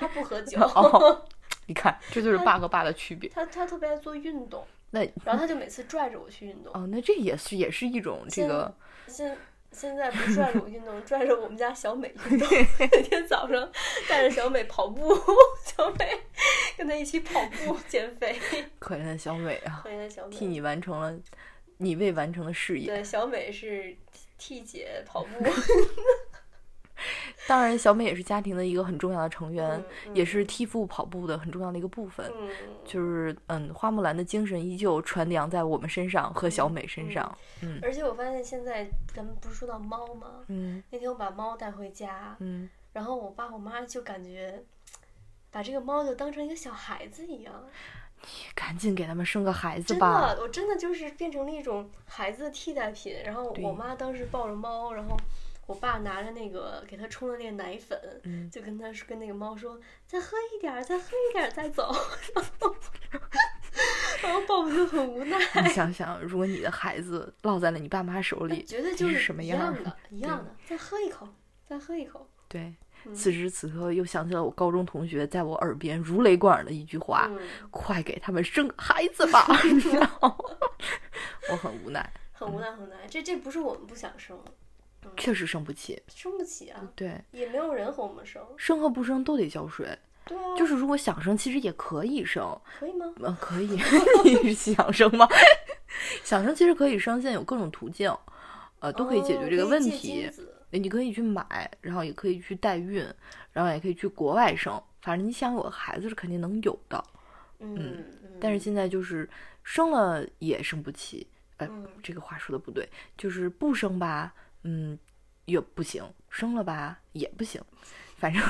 A: 他不喝
B: <laughs>
A: 酒，
B: 哦，你看，这就是爸和爸的区别。
A: 他他特别爱做运动，
B: 那
A: 然后他就每次拽着我去运动。
B: 哦，那这也是也是一种这个
A: 现现在不拽着我运
B: <laughs>
A: 动，拽着我们家小美运动。每天早上带着小美跑步， <laughs> 小美跟她一起跑步减肥。
B: 可怜的小美啊，
A: 欢迎小
B: 替
A: 美，
B: 你完成了你未完成的事业。
A: 对小美是 T 姐跑
B: <laughs>
A: 步，
B: 当然，小美也是家庭的一个很重要的成员
A: 嗯，嗯
B: 也是替父跑步的很重要的一个部分。
A: 嗯，
B: 就是嗯，花木兰的精神依旧传扬在我们身上和小美身
A: 嗯
B: 上。
A: 而且我发现现在咱们不是说到猫吗？
B: 嗯
A: 那天我把猫带回家，
B: 嗯，
A: 然后我爸我妈就感觉把这个猫就当成一个小孩子一样，
B: 赶紧给他们生个孩子
A: 真
B: 吧。
A: 的，我真的就是变成了一种孩子的替代品。然后
B: 对
A: 我妈当时抱着猫，然后我爸拿着那个给它冲的那个奶粉，
B: 嗯
A: 就跟它说跟那个猫说：“再喝一点儿，再喝一点儿，再走。” <laughs> 然后鲍勃就很无奈，
B: 你想想，如果你的孩子落在了你爸妈手里，
A: 觉得
B: 这
A: 就是
B: 什么
A: 一
B: 样
A: 样
B: 儿
A: 的，一样的，再喝一口，再喝一口。
B: 对，
A: 嗯
B: 此时此刻又想起了我高中同学在我耳边如雷贯耳的一句话：“
A: 嗯，
B: 快给他们生个孩子吧！” <laughs> 然后我很无奈，
A: 很无奈，很无奈。这这不是我们不想生，嗯
B: 确实生不起。
A: 生不起啊，
B: 对，
A: 也没有人和我们生。
B: 生和不生都得交税。
A: 对啊，
B: 就是如果想生，其实也可以生，
A: 可以吗？
B: 嗯，可以。 <laughs> 你是想生吗？ <laughs> 想生其实可以生，现在有各种途径，呃，都可以解
A: 哦
B: 决这个
A: 可以
B: 问
A: 借
B: 题。
A: 精子
B: 你可以去买，然后也可以去代孕，然后也可以去国外生，反正你想有个孩子是肯定能有的。
A: 嗯，
B: 但是
A: 嗯
B: 现在就是生了也生不起，呃，
A: 嗯
B: 这个话说的不对，就是不生吧，嗯，也不行；生了吧也不行，反正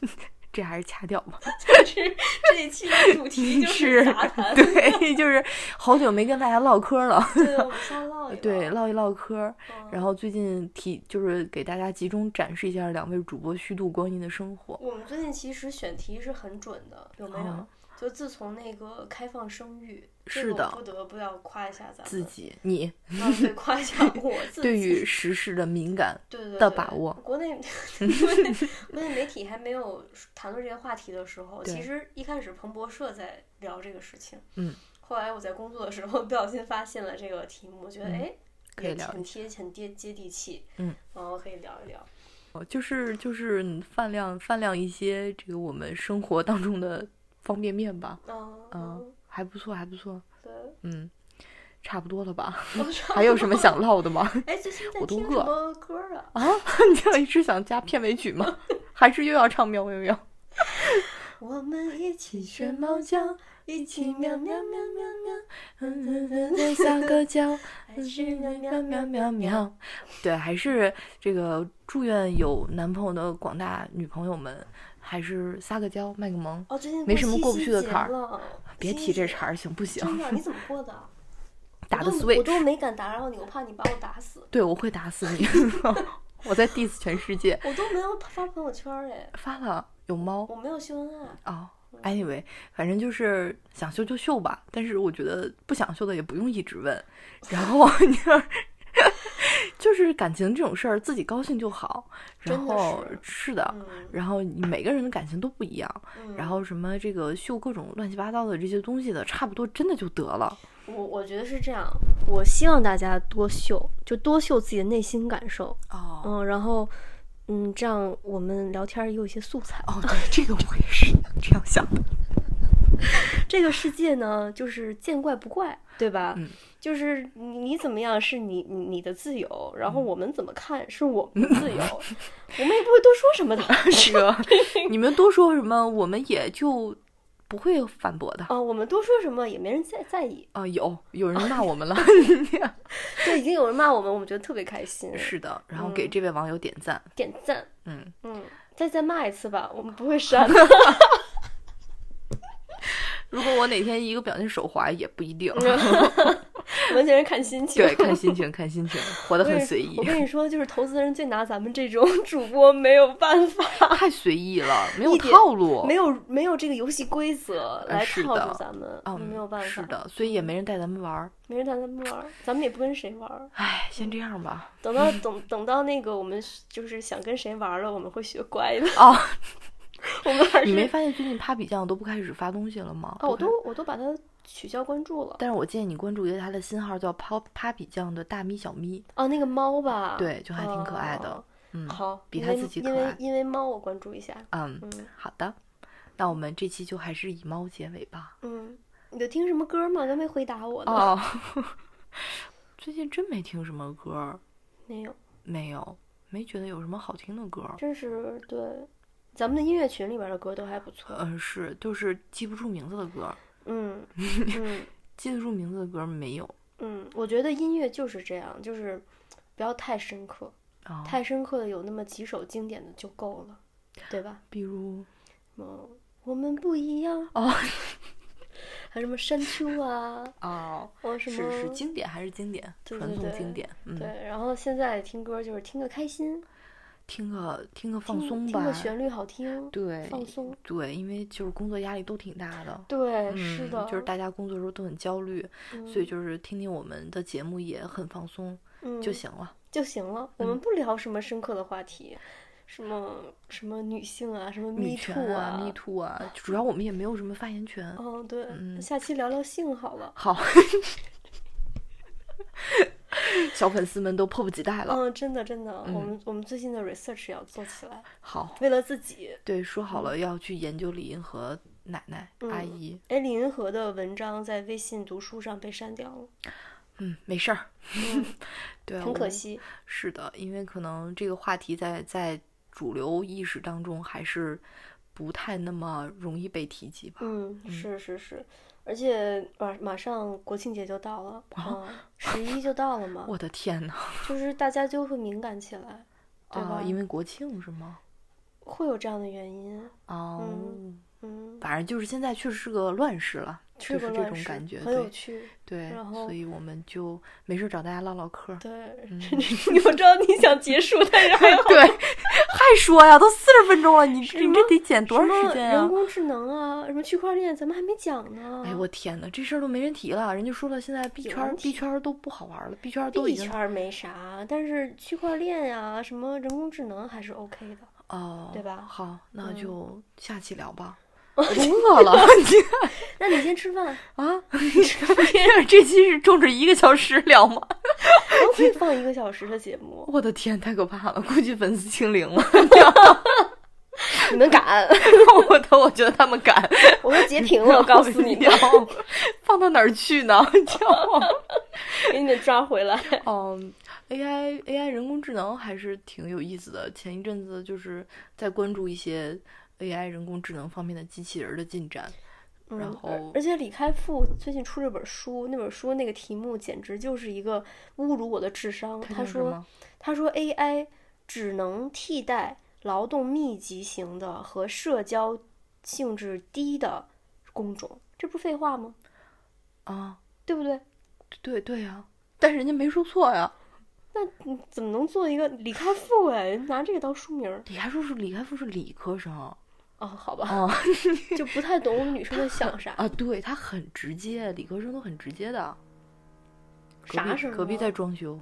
B: <laughs> 这还是掐掉吧。
A: 是 <laughs> 这一期的主
B: <laughs>
A: 题就是杂谈，
B: 对，就是好久没跟大家唠嗑了，
A: 对，我们瞎唠一唠。
B: 对，唠一唠嗑。
A: 嗯
B: 然后最近提就是给大家集中展示一下两位主播虚度光阴的生活。
A: 我们最近其实选题是很准的，有没有？
B: 嗯
A: 就自从那个开放生育，这
B: 是
A: 个
B: 的
A: 我不得不要夸一下咱们
B: 自，己，你
A: 啊，对，夸一下
B: <laughs>
A: 我自己。
B: 对于时事的敏感，
A: 对对对
B: 的把握
A: 国内 <laughs> 国内国内媒体还没有谈论这个话题的时候，
B: 对
A: 其实一开始彭博社在聊这个事情，
B: 嗯，
A: 后来我在工作的时候 <laughs> 不小心发现了这个题目，我觉得
B: 嗯
A: 哎，
B: 可以
A: 也
B: 聊
A: 挺贴很接接地气，
B: 嗯，
A: 然后可以聊一聊，
B: 哦就是就是嗯饭量饭量一些这个我们生活当中的方便面吧，
A: 嗯
B: 嗯，，还不错，还不错，
A: 对，
B: 嗯，差不多了吧？
A: 我说
B: <laughs> 还有什么想唠的吗？
A: 哎，最近在
B: 我都
A: 听什
B: 饿
A: 么歌啊？
B: 啊， <laughs> 你这样是想加片尾曲吗？ <laughs> 还是又要唱喵喵喵？
A: 我们一起学
B: 学
A: 猫
B: 猫
A: 叫，
B: 叫，
A: 一起喵喵喵喵喵，
B: 嗯嗯嗯，再撒个娇，
A: 还
B: 还
A: 是
B: 是
A: 喵喵
B: 喵喵
A: 喵
B: 喵
A: 喵
B: 喵
A: 喵。
B: 喵。对，还是这个祝愿有男朋友的广大女朋友们，还是撒个娇，卖个萌。
A: 哦，最近
B: 没什么过不
A: 七
B: 去的
A: 夕
B: 坎儿
A: 节了，
B: 别
A: 七
B: 提这
A: 夕
B: 茬儿行不行？
A: 真的，你怎么过的？
B: <laughs> 打
A: 嗯我
B: 的
A: 都我都
B: Switch，
A: 没敢打扰你，我怕你把我打死。
B: 对我会打死你， <laughs> 我在 diss 全世界。
A: 我都没有发朋友圈儿哎，
B: 发了有猫
A: 我没有秀恩爱。
B: 哦。Anyway，反正就是想秀就秀吧，但是我觉得不想秀的也不用一直问，然后 <laughs> 你要就是感情这种事儿自己高兴就好。然
A: 真的
B: 后
A: 是
B: 是的，
A: 嗯
B: 然后你每个人的感情都不一样，
A: 嗯，
B: 啊然后什么这个秀各种乱七八糟的这些东西的，差不多真的就得了。
A: 我我觉得是这样，我希望大家多秀，就多秀自己的内心感受，
B: 哦
A: 嗯，然后嗯，这样我们聊天儿也有一些素材。
B: 哦，对，这个我也是这样想的。
A: 这个世界呢，就是见怪不怪，对吧？
B: 嗯
A: 就是你你怎么样是你你你的自由，然
B: 嗯
A: 后我们怎么看是我们的自
B: <laughs>
A: 由，我们也不会多说什么的。
B: 是啊，你们多说什么，我们也就不会反驳的。
A: 啊、我们多说什么也没人在在意。
B: 啊、有有人骂我们了， <laughs>
A: 对，已经有人骂我们，我们觉得特别开心，
B: 是的，然后
A: 嗯
B: 给这位网友点赞，
A: 点赞。
B: 嗯，
A: 嗯，再再骂一次吧，我们不会删的。 <laughs>
B: 如果我哪天一个表情手滑也不一定，
A: 完全是看心情。
B: <laughs> 对， <laughs> 看心情，看心情，活得很随意
A: 我。跟你说，就是投资人最拿咱们这种 <laughs> 主播没有办法，
B: <laughs> 太随意了，没有
A: 一点
B: 套路，
A: 没有没有这个游戏规则来
B: 呃是
A: 套
B: 的
A: 住咱们，
B: 嗯，
A: 没有办法，
B: 是的，所以也没人带咱们玩儿。
A: 没人带咱们玩儿，咱们也不跟谁玩儿。
B: 唉，先这样吧。
A: 等
B: <laughs>
A: 到等等到那个我们就是想跟谁玩儿了，我们会学乖的。
B: 哦，
A: <laughs> 我们还
B: 你没
A: 是
B: 发现最近 Papi 酱都不开始发东西了吗？
A: 啊，我
B: 开
A: 都我都把它取消关注了。
B: 但是我建议你关注一下他的新号，叫 “pa Papi 酱”的大咪小咪，
A: 哦，那个猫吧，
B: 对，就还挺可爱的
A: 哦。
B: 嗯，
A: 好，
B: 比
A: 因
B: 它
A: 为
B: 自己
A: 因
B: 可
A: 为
B: 爱
A: 因为猫，我关注一下。
B: 嗯，
A: 嗯
B: 好的，那我们这期就还是以猫结尾吧。
A: 嗯，你都听什么歌吗？都没回答我呢。
B: 哦， <laughs> 最近真没听什么歌儿，
A: 没有，
B: 没有，没觉得有什么好听的歌儿。
A: 真是对，咱们的音乐群里边的歌都还不错。
B: 嗯，是，就是记不住名字的歌儿， <laughs>
A: 嗯嗯
B: 记得住名字的歌儿没有。
A: 嗯，我觉得音乐就是这样，就是不要太深刻，
B: 啊、
A: 太深刻的有那么几首经典的就够了，对吧？
B: 比如
A: 嗯，我们不一样
B: 哦，
A: <laughs> 还有什么山丘啊，
B: 哦，
A: 哦什
B: 是
A: 么
B: 是经典还是经典，
A: 对
B: 传
A: 对
B: 颂
A: 对
B: 经典。嗯，
A: 对，然后现在听歌就是听个开心，
B: 听个听个放
A: 听
B: 松
A: 听
B: 吧
A: 个，旋律好听，
B: 对，
A: 放松。
B: 对，因为就是工作压力都挺大的，
A: 对，
B: 嗯，
A: 是的，
B: 就是大家工作的时候都很焦虑，
A: 嗯，
B: 所以就是听听我们的节目也很放松
A: 嗯
B: 就嗯行了。
A: 就行了。我们不聊什么深刻的话题，什么什么女性啊，什么
B: 女
A: Me
B: 权
A: Too
B: 啊，Me Too 啊，主要我们也没有什么发言权。
A: 嗯，对，
B: 嗯
A: 下期聊聊性好了。
B: 好，小粉丝们都迫不及待了。
A: 嗯，真的真的，我
B: 嗯
A: 们我们最近的 research 也要做起来，
B: 好，
A: 为了自己。
B: 对，说好了要去研究李银河奶奶、阿
A: 嗯
B: 姨。
A: 哎，李银河的文章在微信读书上被删掉了，
B: 嗯，没事儿。
A: 嗯
B: <laughs> 对，啊
A: 很
B: 我
A: 可惜。
B: 是的，因为可能这个话题在在主流意识当中还是不太那么容易被提及吧。
A: 嗯，是是是，而且马马上国庆节就到了，啊，十一就到了嘛，
B: <laughs> 我的天呐！
A: 就是大家就会敏感起来， <laughs> 对
B: 啊、
A: 吧？
B: 因为国庆是吗？
A: 会有这样的原因，
B: 哦、
A: 嗯嗯，
B: 反正就是现在确实是个乱世了，
A: 去
B: 就
A: 过
B: 是这
A: 乱
B: 种
A: 世，
B: 感觉，
A: 很有
B: 对
A: 趣。
B: 对，
A: 然后
B: 所以我们就没事找大家唠唠嗑儿。
A: 对，
B: 嗯
A: 我知道 <laughs> 你想结束，但是还有
B: <laughs> 对，还说呀，都四十分钟了，你这你
A: 么
B: 这得剪 <laughs> 多
A: 什
B: 长
A: 么
B: 时间
A: 人
B: 呀？
A: 工智能啊，什么区块链，咱们还没讲呢。
B: 哎，我天呐，这事儿都没人提了，人家说了，现在币
A: 有
B: 圈儿
A: 人
B: 币
A: 提
B: 圈儿都不好玩儿了，币圈儿都已
A: 币
B: 经
A: 圈儿没啥，但是区块链呀、什么人工智能还是 OK
B: <laughs>
A: 的。
B: 哦，
A: 对吧
B: 好，那
A: 嗯
B: 就下期聊 <laughs> 吧。我都饿了 <laughs>
A: 那你先吃饭，
B: 啊！ <laughs> 这期是终止一个小时聊吗？ <laughs>
A: 我可以放一个小时的节目，
B: 我的天，太可怕了，估计粉丝清零 <laughs> 了。
A: 你们敢？
B: 我的，我觉得他们 <laughs> 敢。
A: 我都截屏
B: <laughs>
A: 了，我告诉你们
B: 然， <laughs> 后放到哪儿去呢？ <laughs> 叫
A: <laughs> 给你们抓回来。
B: 嗯，AI AI 人工智能还是挺有意思的。前一阵子就是在关注一些 AI 人工智能方面的机器人儿的进展。
A: 嗯
B: <laughs> 然
A: 而
B: 后
A: 而且李开复最近出了本书，那本书那个题目简直就是一个侮辱我的智商。他
B: 叫什
A: 说
B: 么，
A: 他说 AI 只能替代劳动密集型的和社交性质低的工种，这不废话吗？
B: 啊，
A: 对不对？
B: 对对呀、但是人家没说错呀、
A: 你怎么能做一个李开复哎？拿这个当书名儿
B: 李开复是李开复是理
A: <laughs>
B: 科生啊
A: 哦，好吧，
B: 啊
A: <laughs> 就不太懂我们女生在想啥。
B: 啊！对他很直接，理科生都很直接的。 <laughs> 隔
A: 啥
B: 壁
A: 时候
B: 隔壁
A: 啊
B: 在 <laughs> 装修，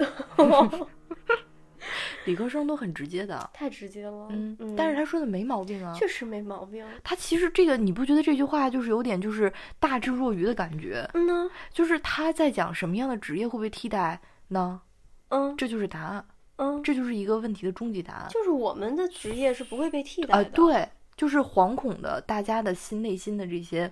B: 理科生都很直
A: <laughs>
B: 接的。
A: <laughs> 太直接了，
B: 嗯，但是他说的没毛病啊。
A: 确实没毛病。
B: 他其实这个，你不觉得这句话就是有点就是大智若愚的感觉？
A: 嗯呢，
B: 就是他在讲什么样的职业会被替代呢？
A: 嗯
B: 这就是答案，
A: 嗯，
B: 这就是一个问题的终极答案。
A: 就是我们的职业是不会被替
B: 啊、
A: 代的。
B: 对，就是惶恐的，大家的心内心的这些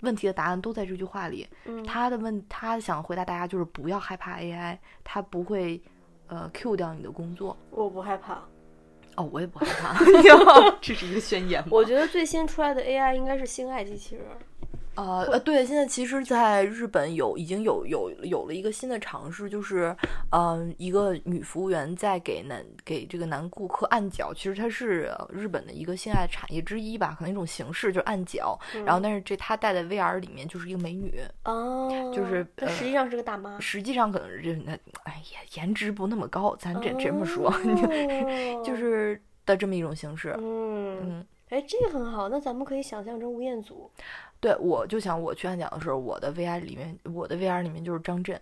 B: 问题的答案都在这句话里。
A: 嗯，
B: 他的问，他想回答大家就是不要害怕 AI，他不会呃 Q 掉你的工作。
A: 我不害怕。
B: 哦，我也不害怕 <laughs> ，这是一个宣言吗
A: 我觉得最新出来的 AI 应该是性爱机器人儿，
B: 呃呃，对，现在其实，在日本有已经有有有了一个新的尝试，就是，嗯、一个女服务员在给男给这个男顾客按脚，其实它是呃日本的一个性爱产业之一吧，可能一种形式就是按脚，
A: 嗯
B: 然后但是这她戴在 VR 里面就是一个美女，
A: 哦，
B: 就是
A: 她
B: 呃
A: 实际上是个大妈。
B: 实际上可能这那哎颜颜值不那么高，咱这这么说，
A: 哦
B: <laughs> 就是的这么一种形式，
A: 嗯，
B: 嗯。
A: 哎，这个很好，那咱们可以想象成吴彦祖。
B: 对，我就想我去按脚的时候，我的 VR 里面，我的 VR 里面就是张震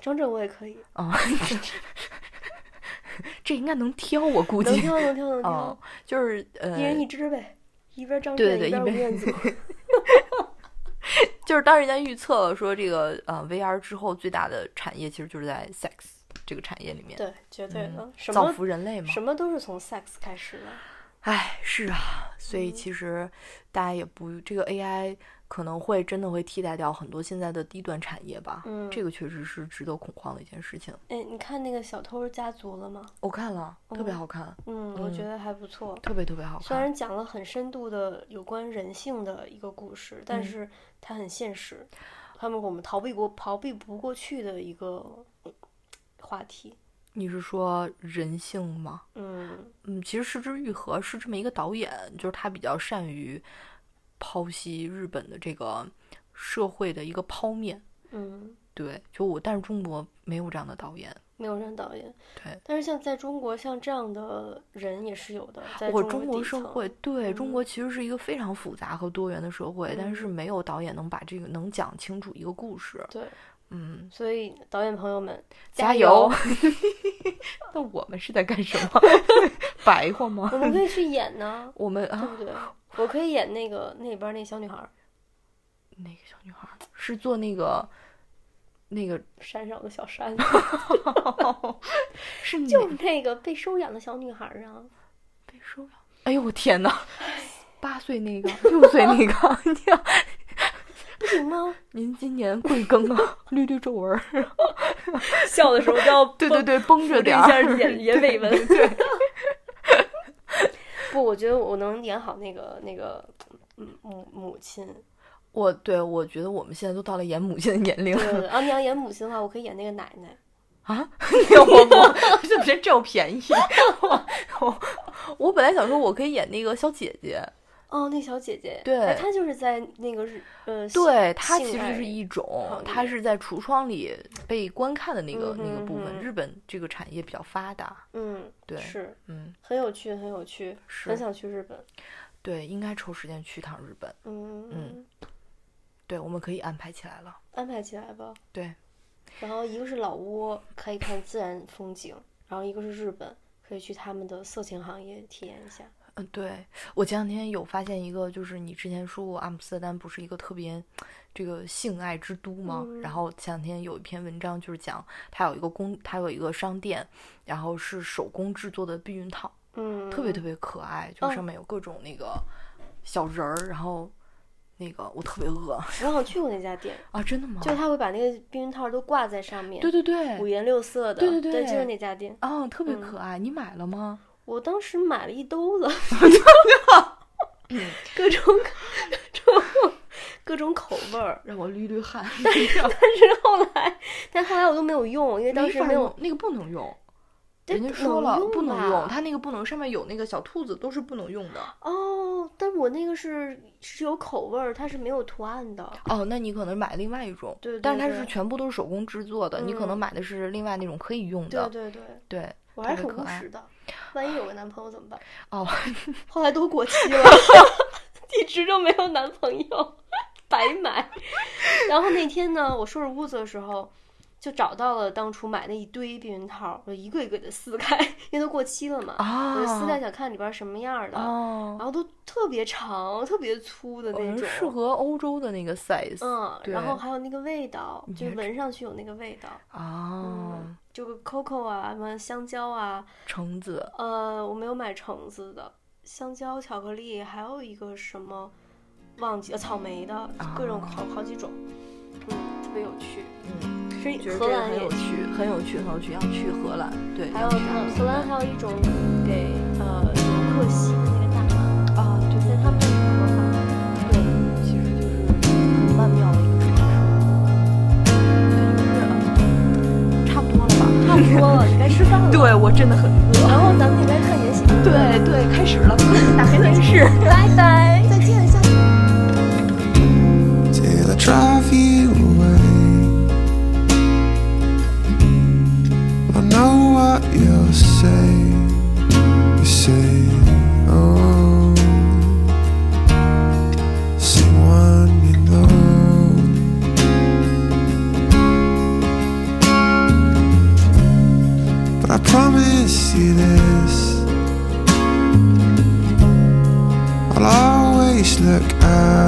A: 张震我也可以，
B: 啊， <laughs> 这应该能挑，我估
A: 能
B: 计
A: 挑能
B: <laughs>
A: 挑能
B: 啊
A: 挑，，
B: 就是呃
A: 一，人一只呗，一边张
B: 对
A: 震
B: 对
A: 边吴
B: 一 <laughs>
A: 彦祖。
B: 就是当人家预测了说这个呃 VR 之后最大的产业其实就是在 sex 这个产
A: <laughs>
B: 业里面，
A: 对，绝对的，嗯什
B: 造
A: 么
B: 福人类嘛。
A: 什么都是从 sex 开始的。
B: 哎，是啊，所
A: 嗯
B: 以其实大家也不这个 AI 可能会真的会替代掉很多现在的低端产业吧，
A: 嗯
B: 这个确实是值得恐慌的一件事情。
A: 哎，你看那个《小偷家族》了吗？
B: 我看了，特
A: 嗯
B: 别好看，
A: 嗯，我
B: 嗯
A: 觉得还不错。
B: 特别特别好看。
A: 虽然讲了很深度的有关人性的一个故事，但
B: 嗯
A: 是它很现实，他们我们逃避过、逃避不过去的一个嗯话题。
B: 你是说人性吗？
A: 嗯，
B: 嗯，其实是之愈合是这么一个导演，就是他比较善于剖析日本的这个社会的一个剖面。
A: 嗯，
B: 对，就我，但是中国没有这样的导演。
A: 没有让导演，
B: 对，
A: 但是像在中国，像这样的人也是有的，在
B: 我
A: 中
B: 中国
A: 底
B: 社
A: 层
B: 会，对中
A: 嗯
B: 国其实是一个非常复杂和多元的社会，但是没有导演能把这个能讲清楚一个故事。
A: 对，
B: 嗯，
A: 所以导演朋友们
B: 加
A: 油
B: 油！！ <laughs> 那我们是在干什么？ <laughs> 白话吗？，
A: 我们可以去演呢
B: 我们
A: 对
B: 啊，
A: 不对？我可以演那个那里边那小女孩儿，
B: 那个小女孩儿是做那个那个
A: 山上有个小山，<laughs>
B: 是
A: 就
B: 哪
A: 是那个被收养的小女孩儿啊。
B: 被收养？哎呦我天哪！八岁那个，六岁那个，你好
A: 不行吗？
B: 您今年贵庚啊？绿绿皱纹儿，
A: 笑的时候都要
B: 对对对，绷着
A: 这
B: 点
A: 一下
B: 儿，
A: 眼眼尾纹。
B: 对，
A: <laughs> 不，我觉得我能演好那个那个嗯母母亲。
B: 我对我觉得我们现在都到了演母亲的年龄
A: 对对对，啊，你要演母亲的话，我可以演那个奶奶。
B: 啊！我我这别占我便宜，我我我本来想说我可以演那个小姐姐，
A: 哦，那小姐姐，
B: 对
A: 哎她就是在那个日呃，
B: 对，它
A: 性
B: 其
A: 爱
B: 实是一种
A: 行，
B: 它
A: 业
B: 是在橱窗里被观看的那个、那个
A: 嗯哼
B: 部分。
A: 嗯哼
B: 日本这个产业比较发达，
A: 嗯，
B: 对，
A: 是
B: 嗯，
A: 很有趣，很有趣，很
B: 是，
A: 想去日本。
B: 对，应该抽时间去趟日本。
A: 嗯
B: 嗯，对，我们可以安排起来了。
A: 安排起来吧。
B: 对，
A: 然后一个是老挝，可以看自然风景，然后一个是日本，可以去他们的色情行业体验一下。
B: 嗯，对我前两天有发现一个，就是你之前说过阿姆斯特丹不是一个特别这个性爱之都吗？
A: 嗯
B: 然后前两天有一篇文章就是讲它有一个工，它有一个商店，然后是手工制作的避孕套。
A: 嗯，
B: 特别特别可爱，就
A: 嗯
B: 是上面有各种那个小人儿，然后那个我特别饿
A: 我好像去过那家店，
B: 啊，真的吗？
A: 就是他会把那个避孕套都挂在上面，
B: 对对
A: 五
B: 对，
A: 颜六色的，
B: 对对对
A: 就是那家店。
B: 啊，特别
A: 嗯
B: 可爱，你买了吗？
A: 我当时买了一兜子，
B: 嗯
A: 各种各种各种口味儿，
B: 让我捋捋 <laughs> 汗，
A: 但是后来，但后来我都没有用，因为 <laughs> 当
B: 没
A: 时
B: 法
A: 没有
B: 用那个不能用。
A: 这
B: 人家
A: 不能
B: 说了
A: 用
B: 不能
A: 吧
B: 用，它那个不能，上面有那个小兔子都是不能用的。
A: 哦，但我那个是是有口味儿，它是没有图案的。
B: 哦，那你可能买另外一种，
A: 对对
B: 但是它
A: 对
B: 是全部都是手工制作的，你可能
A: 嗯
B: 买的是另外那种可以用
A: 对
B: 的。
A: 对对，
B: 对，
A: 我还
B: 特
A: 是很
B: 别可
A: 务
B: 爱
A: 实的，万一有个男朋友怎么办？
B: <laughs> 哦，
A: 后来都过期了， <laughs> 一直都没有男朋友，白买。 <laughs> 然后那天呢，我收拾屋子的时候，就找到了当初买那一堆避孕套，我一个一个的撕开，因为都过期了嘛，
B: 啊，
A: 我就撕开想看里边什么样儿的，
B: 哦，
A: 然后都特别长、特别粗的
B: 可
A: 那
B: 能
A: 种。
B: 适合欧洲的那个 size。
A: 嗯，然
B: 对
A: 后还有那个味道，
B: 你
A: 就
B: 还
A: 是闻上去有那个味道，
B: 啊，
A: 嗯就 coco 啊，什么香蕉啊，
B: 橙子
A: 呃，我没有买橙子的，香蕉、巧克力，还有一个什么忘记了，草莓的，各种好
B: 啊
A: 好几种，嗯，特别有趣。
B: 嗯，觉
A: 是
B: 得
A: 荷
B: 这个
A: 兰
B: 很
A: 也
B: 有，趣，很有趣，很有趣，要去荷兰，对，
A: 还
B: 要
A: 有嗯
B: 去阿姆斯
A: 荷
B: 特
A: 兰
B: 丹
A: 还有一种给呃游客吸的那个大麻，呃
B: 啊，对
A: 但
B: 对
A: 他们那是合法的。
B: 对，其实就是
A: 呃说了，你该吃饭了。
B: 对我真的很饿。
A: 然后咱们也该看《延禧攻略》。
B: 对对，
A: <laughs>
B: 开始了，打开电 <laughs> 视。
A: 拜拜，再见，下次。
C: till I drive you away. I know what you'll say. You say, oh, someone you know. But I promise you this. I'll always look out. "Oh."